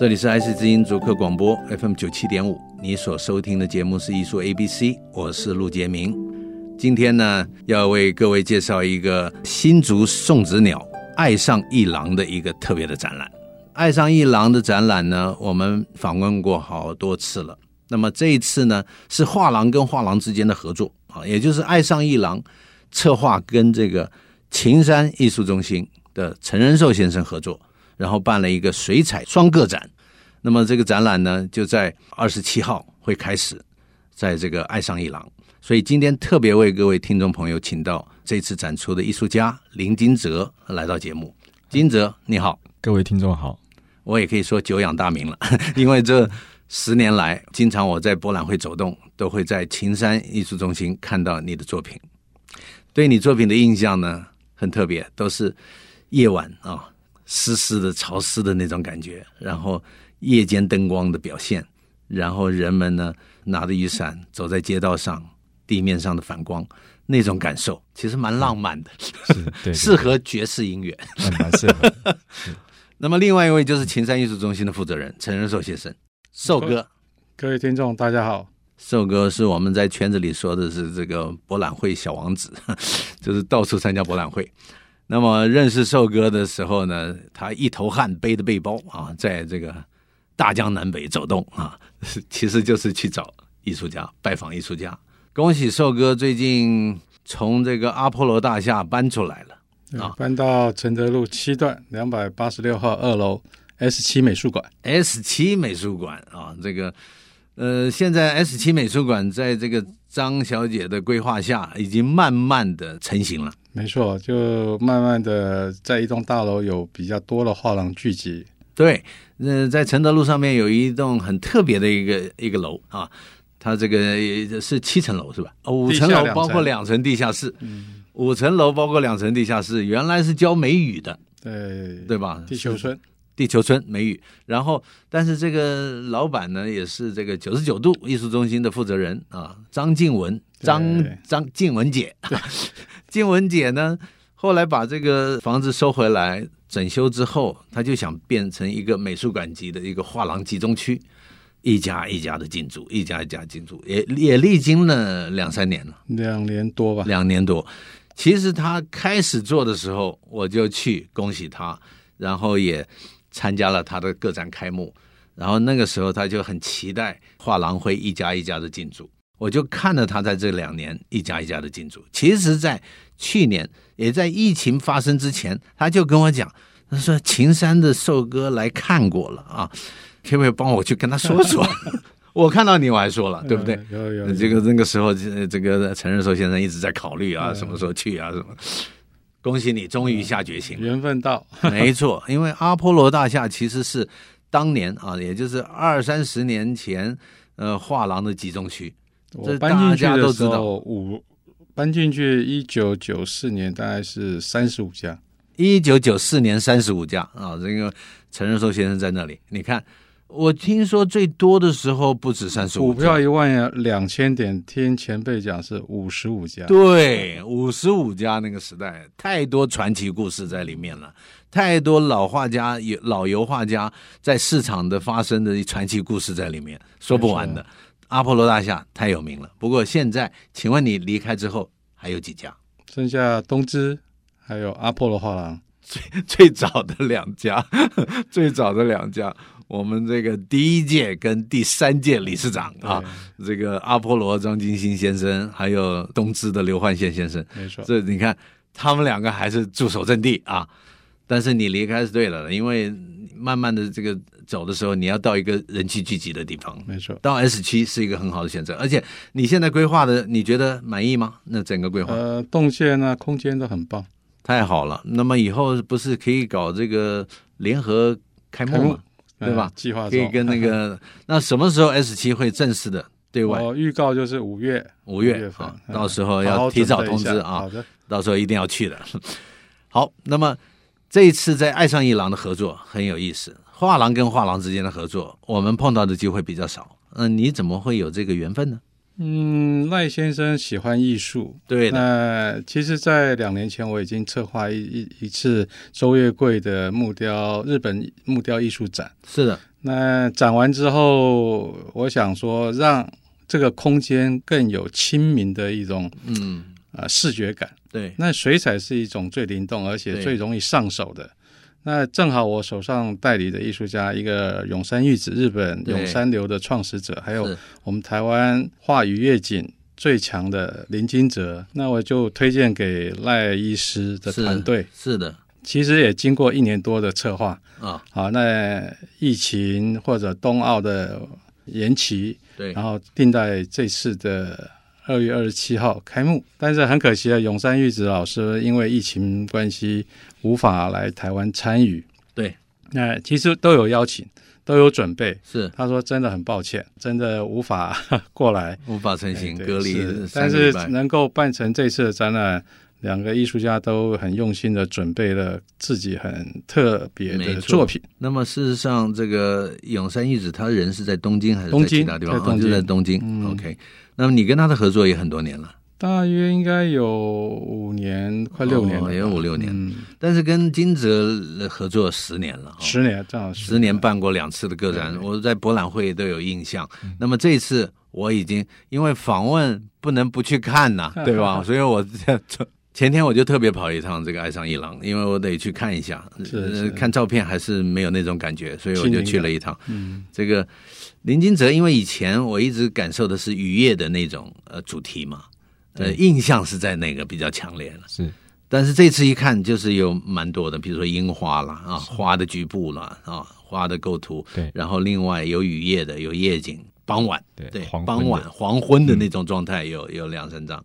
这里是爱思之音逐客广播 FM 九七点五，你所收听的节目是艺术 A B C，我是陆杰明。今天呢，要为各位介绍一个新竹送子鸟爱上一郎的一个特别的展览。爱上一郎的展览呢，我们访问过好多次了。那么这一次呢，是画廊跟画廊之间的合作啊，也就是爱上一郎策划跟这个秦山艺术中心的陈仁寿先生合作。然后办了一个水彩双个展，那么这个展览呢，就在二十七号会开始，在这个爱上一郎。所以今天特别为各位听众朋友请到这次展出的艺术家林金哲来到节目。金哲，你好，各位听众好，我也可以说久仰大名了， 因为这十年来，经常我在博览会走动，都会在秦山艺术中心看到你的作品。对你作品的印象呢，很特别，都是夜晚啊、湿湿的、潮湿的那种感觉，然后夜间灯光的表现，然后人们呢拿着雨伞走在街道上，地面上的反光，那种感受其实蛮浪漫的，是 对，适合爵士音乐。 对嗯蛮适合的。那么另外一位就是秦山艺术中心的负责人陈仁寿先生，寿哥，各位听众，大家好。寿哥是我们在圈子里说的是这个博览会小王子， 就是到处参加博览会。那么认识寿哥的时候呢，他一头汗，背着背包啊，在这个大江南北走动啊， 其实就是去找艺术家，拜访艺术家。恭喜寿哥最近从这个阿波罗大厦搬出来了。啊搬到承德路七段两百八十六号二楼 S 七美术馆。 S 七美术馆啊，这个呃，现在 S 七美术馆在这个张小姐的规划下，已经慢慢的成型了。没错，就慢慢的在一栋大楼有比较多的画廊聚集。对，呃，在承德路上面有一栋很特别的一个一个楼啊，它这个呃是七层楼是吧？哦，五层地下楼两层嗯包括两层地下室，五层楼包括两层地下室，原来是教美语的，对，对吧？地球村地球村美语。然后，但是这个老板呢，也是这个九十九度艺术中心的负责人啊，张静文，对张张静文姐， 静文姐呢，后来把这个房子收回来整修之后，她就想变成一个美术馆级的一个画廊集中区。一家一家的进驻，一家一家进驻，也也历经了两三年了。两年多吧。两年多。其实他开始做的时候，我就去恭喜他，然后也参加了他的个展开幕。然后那个时候他就很期待画廊会一家一家的进驻，我就看着他在这两年一家一家的进驻。其实，在去年也在疫情发生之前，他就跟我讲，他说秦山的寿哥来看过了啊，可不可以帮我去跟他说 说？我看到你我还说了，对不对？呃有有呃有这个那个时候，这这个陈仁寿先生一直在考虑嗯啊，什么时候去啊，什么。恭喜你，终于下决心了。缘分到， 没错，因为阿波罗大厦其实是当年啊，也就是二三十年前，呃，画廊的集中区。我搬进去大家都的知时道候五。搬进去一九九四年，大概是三十五家，一九九四年三十五家啊，这个陈仁寿先生在那里。你看，我听说最多的时候不止三十五股票一万两千点，听前辈讲是五十五家。对，五十五家那个时代，太多传奇故事在里面了，太多老画家、有老油画家在市场的发生的传奇故事在里面，说不完的。阿波罗大厦太有名了，不过现在，请问你离开之后还有几家？ 剩下东芝，还有阿波罗画廊。最早的两家， 最早的两家，我们这个第一届跟第三届理事长啊，这个阿波罗张金星先生，还有东芝的刘焕宪先生，没错，这你看，他们两个还是驻守阵地啊。但是你离开是对了，因为慢慢的这个走的时候，你要到一个人气聚集的地方。没错。到 S 区是一个很好的选择，而且呃你现在规划的，你觉得满意吗？那整个规划，呃，动线啊，空间都很棒，太好了。那么以后不是可以搞这个联合开幕开幕嘛，对吧嗯？计划可以中跟那 个那什么时候 S 七会正式的对外？我预告就是哦五月，五月份啊，嗯到时候好要好提早准备通一下知啊好，的，到时候一定要去的。 好，那么这一次在爱上一郎的合作很有意思，画廊跟画廊之间的合作，我们碰到的机会比较少。嗯、你怎么会有这个缘分呢？嗯，赖先生喜欢艺术。对的，那其实，在两年前我已经策划一一一次周月桂的木雕日本木雕艺术展。是的，那展完之后，我想说让这个空间更有亲民的一种嗯，呃视觉感。对，那水彩是一种最灵动而且对最容易上手的。那正好我手上代理的艺术家，一个永山裕子，日本对永山流的创始者，还有是我们台湾话语乐景最强的林金哲，那我就推荐给赖医师的是团队。是的其实也经过一年多的策划，啊，好，那疫情或者冬奥的延期，对然后定在这次的二月二十七号开幕。但是很可惜啊，永山裕子老师因为疫情关系无法来台湾参与。对，那其实都有邀请，都有准备。是他说真的很抱歉，真的无法过来。哎无法成型，对隔离是三但个是礼拜能够办成这次的展览。两个艺术家都很用心的准备了自己很特别没的错作品，那么事实上，这个永山一子他人是在东京还是在东京其他地方？在东哦京就在东京。嗯 OK，那么你跟他的合作也很多年了，大约应该有五年，快六年了吧，哦也有五六年嗯，但是跟金泽合作十年了，哦十年正好十年办过两次的个展，对对我在博览会都有印象。那么这一次我已经因为访问不能不去看 呐、对吧？所以我前天我就特别跑一趟这个爱上一郎，因为我得去看一下，是呃是看照片还是没有那种感觉，所以我心就灵去感了一趟。嗯，这个林金哲，因为以前我一直感受的是渔业的那种呃主题嘛，呃，对印象是在那个比较强烈了。是但是这次一看，就是有蛮多的，比如说樱花啦，啊，花的局部啦，啊，花的构图，对然后另外有雨夜的，有夜景，傍晚，对对，黄昏傍的嗯晚黄昏的那种状态有、有两三张，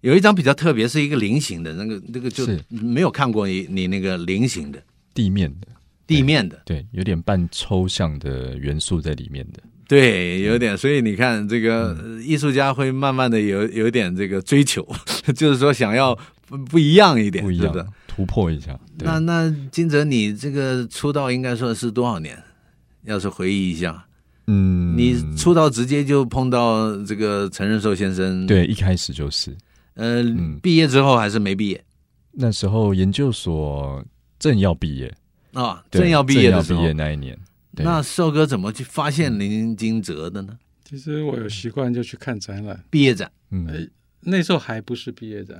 有一张比较特别，是一个菱形的那个那个就是没有看过你你那个菱形的地面的，地面的，对，有点半抽象的元素在里面的，对，嗯有点，所以你看，这个呃艺术家会慢慢的有有点这个追求， 就是说想要不不一样一点，不一对不样，突破一下。对对那那金哲，你这个出道应该说是多少年？要是回忆一下，嗯，你出道直接就碰到这个陈仁寿先生，，对一开始就是呃，嗯毕业之后还是没毕业那时候研究所正要毕业，啊？对正要毕业的时正要候毕，业那一年，对嗯那寿哥怎么去发现林金哲的呢？其实我有习惯就去看展览，毕业展，嗯，哎那时候还不是毕业展，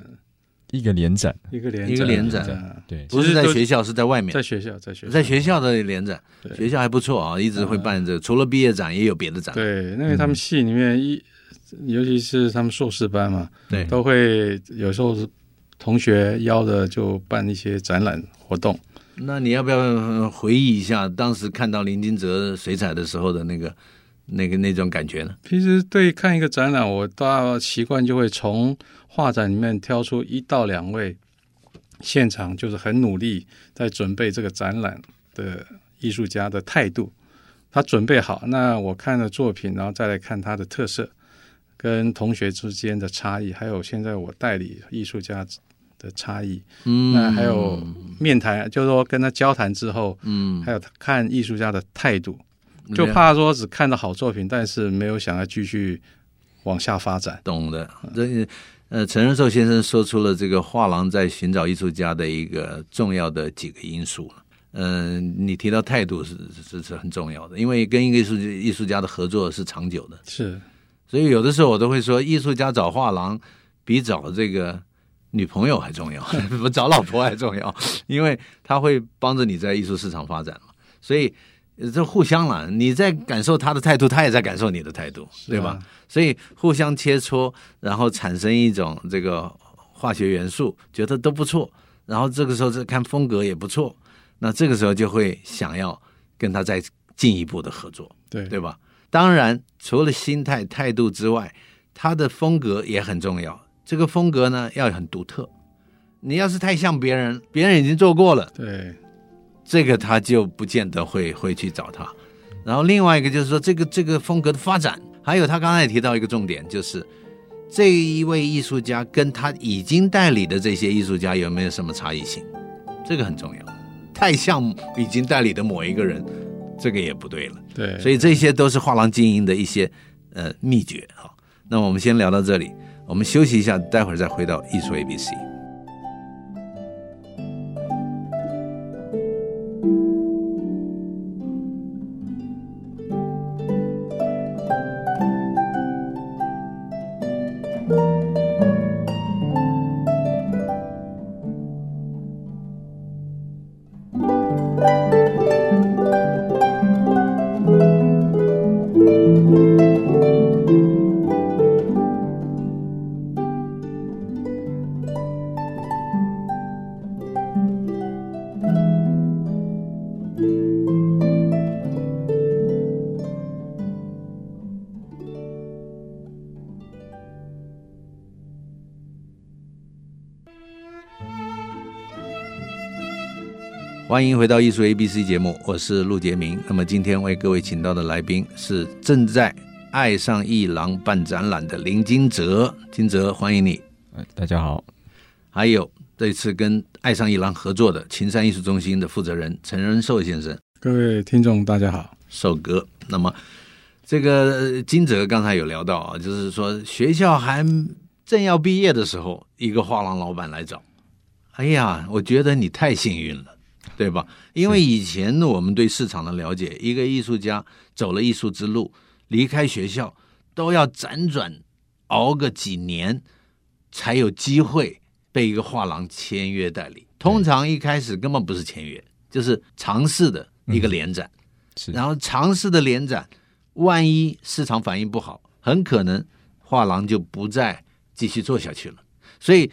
一个联展，一个联一个联展展，对，不是其实在都学校，是在外面在，学校，在学校，在学校的联展。对嗯学校还不错啊，一直会办这个，除了毕业展也有别的展。对，因为他们系里面一，尤其是他们硕士班嘛，对都会有时候是同学邀的就办一些展览活动。那你要不要呃回忆一下当时看到林金哲水彩的时候的那个、那个那种感觉呢？平时对看一个展览，我大习惯就会从画展里面挑出一到两位，现场就是很努力在准备这个展览的艺术家的态度。他准备好，那我看了作品，然后再来看他的特色，跟同学之间的差异，还有现在我代理艺术家的差异。嗯，那还有面谈，就是说跟他交谈之后，嗯，还有他看艺术家的态度。就怕说只看到好作品，但是没有想要继续往下发展。懂的。这呃，陈仁寿先生说出了这个画廊在寻找艺术家的一个重要的几个因素了。嗯、你提到态度是是是很重要的，因为跟一个艺术艺术家的合作是长久的，是，所以有的时候我都会说，艺术家找画廊比找这个女朋友还重要， 不找老婆还重要，因为他会帮着你在艺术市场发展嘛。所以呃这互相了，你在感受他的态度，他也在感受你的态度，啊对吧？所以互相切磋，然后产生一种这个化学元素，觉得都不错。然后这个时候再看风格也不错，那这个时候就会想要跟他再进一步的合作。对对吧？当然，除了心态、态度之外，他的风格也很重要。这个风格呢，要很独特，你要是太像别人，别人已经做过了，对，这个他就不见得会会去找他。然后另外一个就是说，这个这个风格的发展，还有他刚才也提到一个重点，就是这一位艺术家跟他已经代理的这些艺术家有没有什么差异性，这个很重要。太像已经代理的某一个人，这个也不对了。对，所以这些都是画廊经营的一些呃秘诀哈。那么我们先聊到这里，我们休息一下，待会儿再回到艺术 A B C。欢迎回到艺术 A B C 节目，我是陆杰明。那么今天为各位请到的来宾是正在爱上艺廊办展览的林金哲，金哲欢迎你。呃大家好，还有这次跟爱上艺廊合作的秦山艺术中心的负责人陈仁寿先生。各位听众大家好，首歌。那么这个呃金哲刚才有聊到啊，就是说学校还正要毕业的时候，一个画廊老板来找，哎呀，我觉得你太幸运了。对吧？因为以前我们对市场的了解，一个艺术家走了艺术之路，离开学校都要辗转熬个几年，才有机会被一个画廊签约代理。通常一开始根本不是签约，就是尝试的一个联展。是然后尝试的联展，万一市场反应不好，很可能画廊就不再继续做下去了。所以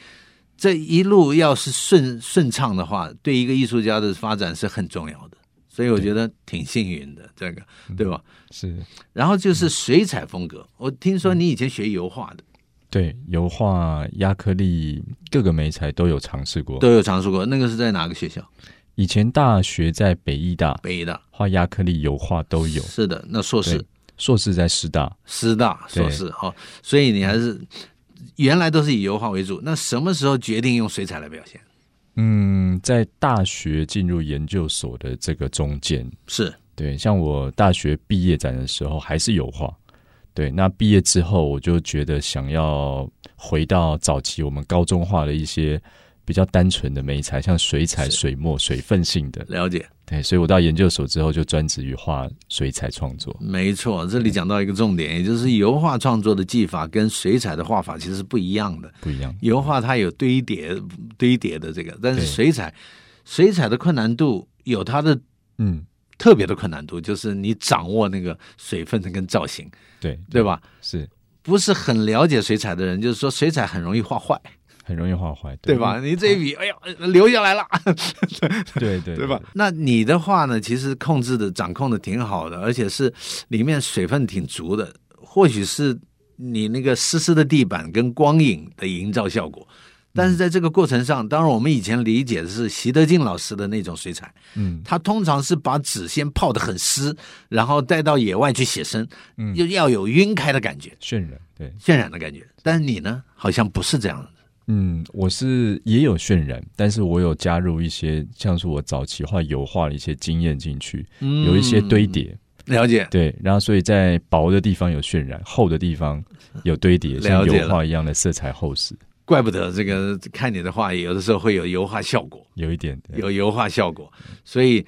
这一路要是顺顺畅的话，对一个艺术家的发展是很重要的。所以我觉得挺幸运的，这个嗯对吧？是，然后就是水彩风格，我听嗯说你以前学油画的，对，油画、亚克力各个媒材都有尝试过。都，有尝试过。那个是在哪个学校？以前大学在北艺大北医大画亚克力、油画都有，是的，那硕士对、硕士在师大。师大对硕士哦，所以你还是原来都是以油画为主。那什么时候决定用水彩来表现？嗯，在大学进入研究所的这个中间，是对，像我大学毕业展的时候还是油画，对，那毕业之后我就觉得想要回到早期我们高中画的一些比较单纯的美材，像水彩、是水墨、水分性的，了解，对，所以我到研究所之后就专职于画水彩创作，没错。这里讲到一个重点，也就是油画创作的技法跟水彩的画法其实是不一样的。不一样，油画它有堆叠堆叠的这个，但是对水彩水彩的困难度有它的嗯，特别的困难度，就是你掌握那个水分跟造型，对，对吧？是不是很了解水彩的人，就是说水彩很容易画坏，很容易画坏，对吧？？你这一笔，哎呀，留下来了， 对对对吧？？那你的话呢，其实控制的掌控的挺好的，而且是里面水分挺足的，或许是你那个湿湿的地板跟光影的营造效果。但是在这个过程上，当然我们以前理解的是习德进老师的那种水彩，嗯，他通常是把纸先泡得很湿，然后带到野外去写生，就要有晕开的感觉、渲染，对，渲染的感觉。但是你呢，好像不是这样的，嗯，我是也有渲染，但是我有加入一些像是我早期画油画的一些经验进去，有一些堆叠，嗯了解。对，然后所以在薄的地方有渲染，厚的地方有堆叠，像了解油画一样的色彩厚实，怪不得这个看你的画，有的时候会有油画效果。有一点对有油画效果，所以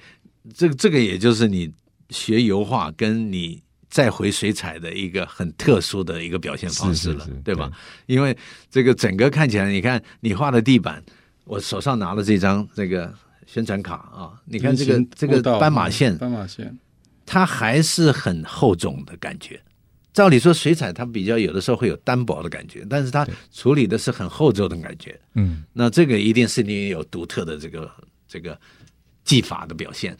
这这个也就是你学油画跟你再回水彩的一个很特殊的一个表现方式了，是是是对吧？因为这个整个看起来，你看你画的地板，我手上拿了这张这个宣传卡啊，你你看这个这个斑马线，斑马线，它还是很厚重的感觉。照理说，水彩它比较有的时候会有单薄的感觉，但是它处理的是很厚重的感觉。嗯，那这个一定是你有独特的这个这个技法的表现。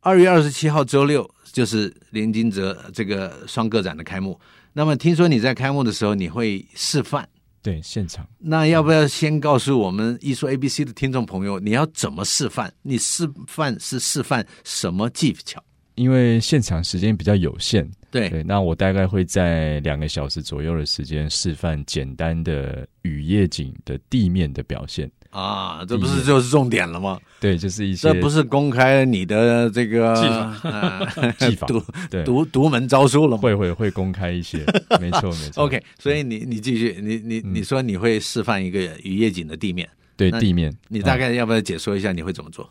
二月二十七号周六就是林金哲这个双个展的开幕。那么听说你在开幕的时候，你会示范对，现场那要不要先告诉我们艺术 ABC 的听众朋友，你要怎么示范？你示范是示范什么技巧？因为现场时间比较有限，对，对，那我大概会在两个小时左右的时间示范简单的雨夜景的地面的表现。啊，这不是就是重点了吗？对，就是一些这不是公开你的这个技呃 技法独对，独独门招数了吗会会会公开一些，没错没 错。？OK，所以你你继续，你你嗯你说你会示范一个雨夜景的地面，对那地面，你大嗯概要不要解说一下你会怎么做？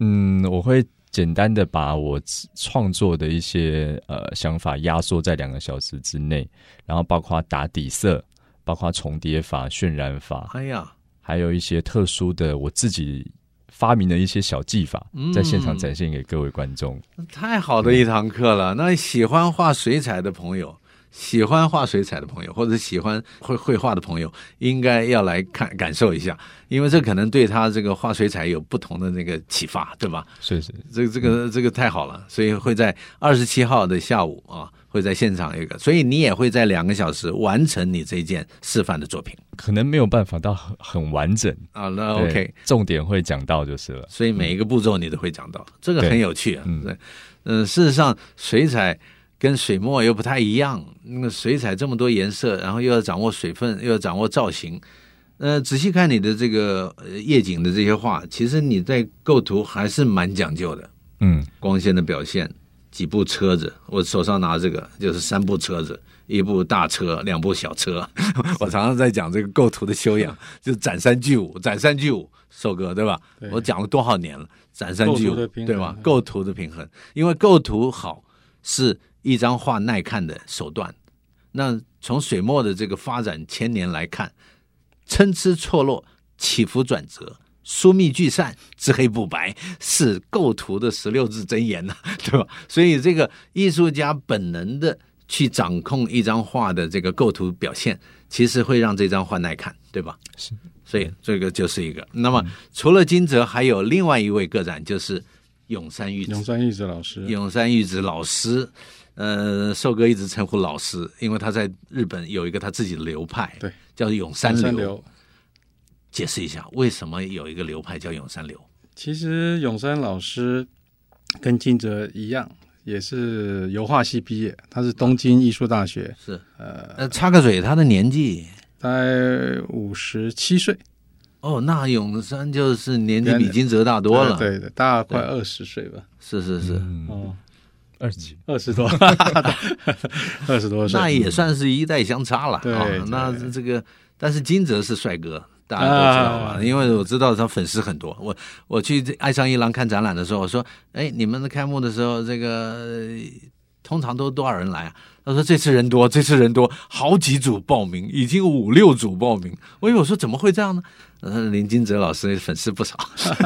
嗯，我会简单的把我自创作的一些呃想法压缩在两个小时之内，然后包括打底色，包括重叠法、渲染法，哎呀，还有一些特殊的我自己发明的一些小技法，嗯在现场展现给各位观众。太好的一堂课了。那喜欢画水彩的朋友，喜欢画水彩的朋友，或者喜欢绘绘画的朋友，应该要来看感受一下，因为这可能对他这个画水彩有不同的那个启发，对吧？是是，这这个这个太好了，所以会在二十七号的下午啊，会在现场有一个，所以你也会在两个小时完成你这件示范的作品可能没有办法到很很完整。啊。那对 OK，重点会讲到就是了。所以每一个步骤你都会讲到，这个对很有趣啊。嗯对，嗯、事实上水彩跟水墨又不太一样，那个水彩这么多颜色，然后又要掌握水分，又要掌握造型。呃，仔细看你的这个呃夜景的这些画，其实你在构图还是蛮讲究的，嗯，光线的表现，几部车子，我手上拿这个就是三部车子，一部大车，两部小车。 我常常在讲这个构图的修 养，就是展山巨舞，展山巨舞，寿哥对吧？对我讲了多少年了，展山巨舞构图的平对衡吧嗯？构图的平衡，因为构图好是一张画耐看的手段。那从水墨的这个发展千年来看，参差错落，起伏转折，疏密聚散，知黑不白，是构图的十六字真言呐、对吧？所以这个艺术家本能的去掌控一张画的这个构图表现，其实会让这张画耐看，对吧？是，所以这个就是一个。那嗯么除了金泽，还有另外一位个展就是永山玉子永。山玉子老师，永山玉子老师，呃，寿哥一直称呼老师，因为他在日本有一个他自己的流派，对，叫永山三流。流。解释一下，为什么有一个流派叫永山流？其实永山老师跟金哲一样，也是油画系毕业，他是东京艺术大学，是，呃，插个嘴，他的年纪大概五十七岁，哦，那永山就是年纪原比金泽大多了，对对对，大概快对二十岁吧，是是是，嗯， 哦，二级二十多， 二十多岁，那也算是一代相差了对啊对。那这个，但是金泽是帅哥。大家都知道吧？啊因为我知道他粉丝很多。我我去爱上一郎看展览的时候，我说：“哎，你们开幕的时候，这个呃通常都多少人来啊？”他说：“这次人多，这次人多，好几组报名，已经五六组报名。”我以为我说怎么会这样呢？嗯，林金泽老师粉丝不少。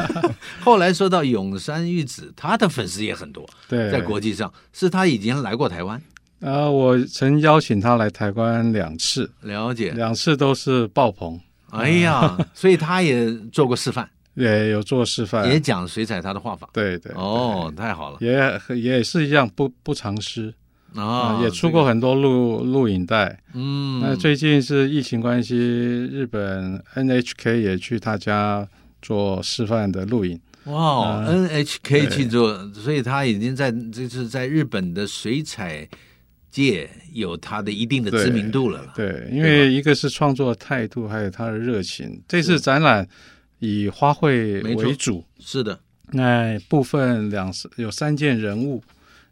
后来说到永山玉子，他的粉丝也很多，对，在国际上是他已经来过台湾，啊，我曾邀请他来台湾两次，了解。两次都是爆棚， 哎呀，所以他也做过示 范，也有做示范，也讲水彩他的画法。对哎对，哦，太好了也也是一样不不藏私啊！也出过这个，很多录录影带。嗯，那最近是疫情关系，日本 NHK 也去他家做示范的录影，哇哦啊对，NHK 去做，所以他已经在就是在日本的水彩界有他的一定的知名度了啦。对，因为一个是创作态度，还有他的热情。这次展览以花卉没错为主，是的，那部分两有三件人物，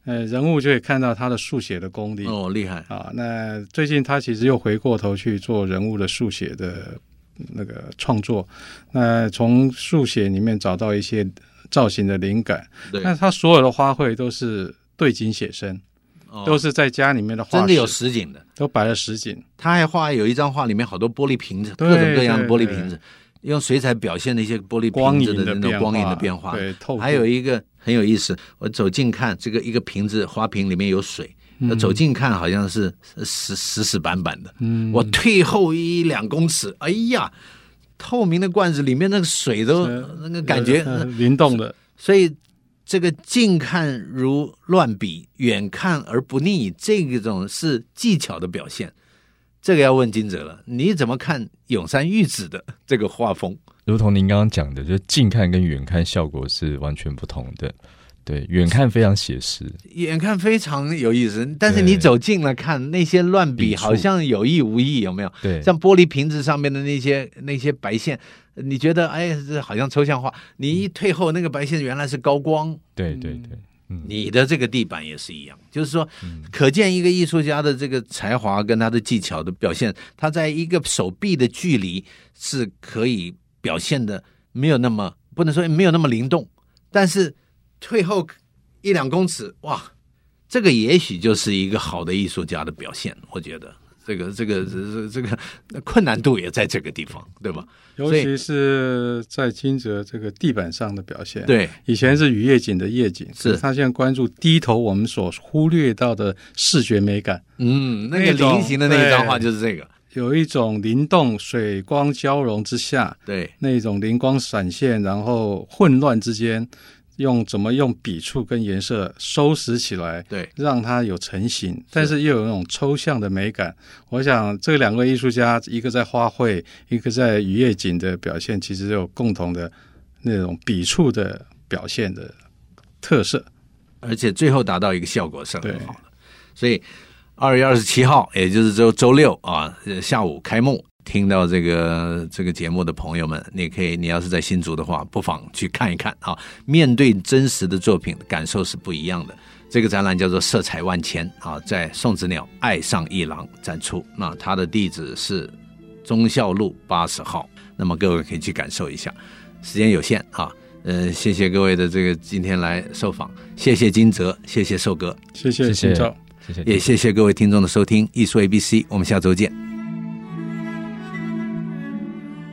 呃，人物就可以看到他的速写的功力。哦，厉害，啊，那最近他其实又回过头去做人物的速写的嗯那个创作，那从速写里面找到一些造型的灵感。对，那他所有的花卉都是对景写生，哦都是在家里面的画室，真的有实景的。都摆了实景，他还画有一张画，里面好多玻璃瓶子，对各种各样的对玻璃瓶子，用水彩表现的一些玻璃光瓶影子的那变种化，光影的变化。对，透过还有一个很有意思，我走近看，这个一个瓶子花瓶里面有水，那走近看好像是死死死板板的，嗯，我退后一两公尺，哎呀，透明的罐子里面那个水都是那个感觉，呃灵动的，所以这个近看如乱比，远看而不腻，这种是技巧的表现。这个要问金哲了，你怎么看永山玉子的这个画风？如同您刚刚讲的，就是近看跟远看效果是完全不同的。对，远看非常写实，远看非常有意思，但是对你走近了看那些乱笔，笔触好像有意无意，有没有？对，像玻璃瓶子上面的那些那些白线，你觉得哎，这好像抽象画。你嗯一退后，那个白线原来是高光。对对对，你的这个地板也是一样，就是说，可见一个艺术家的这个才华跟他的技巧的表现，他在一个手臂的距离是可以表现的没有那么不能说没有那么灵动，但是退后一两公尺，哇，这个也许就是一个好的艺术家的表现，我觉得。这个这个这这个困难度也在这个地方，对吧？尤所其是在金泽这个地板上的表现。，对，以前是雨夜景的夜景，是可他现在关注低头我们所忽略到的视觉美感，嗯，那个那种菱形的那一张对画就是这个，有一种灵动水光交融之下，对，那种灵光闪现，然后混乱之间，用怎么用笔触跟颜色收拾起来，对，让它有成型，但是又有那种抽象的美感。我想这两位艺术家，一个在花卉，一个在雨夜景的表现，其实有共同的那种笔触的表现的特色。而且最后达到一个效果是很对好的。所以二月二十七号，也就是周周六啊呃下午开幕。听到这个这个节目的朋友们，你可以，你要是在新竹的话，不妨去看一看啊。面对真实的作品，感受是不一样的。这个展览叫做“色彩万千”啊，在宋子鸟爱上一郎展出。那它的地址是忠孝路八十号，那么各位可以去感受一下。时间有限啊，呃，谢谢各位的这个今天来受访，谢谢金泽，谢谢寿哥，谢谢谢谢秦照。谢谢，也谢谢各位听众的收听，艺术 ABC，我们下周见。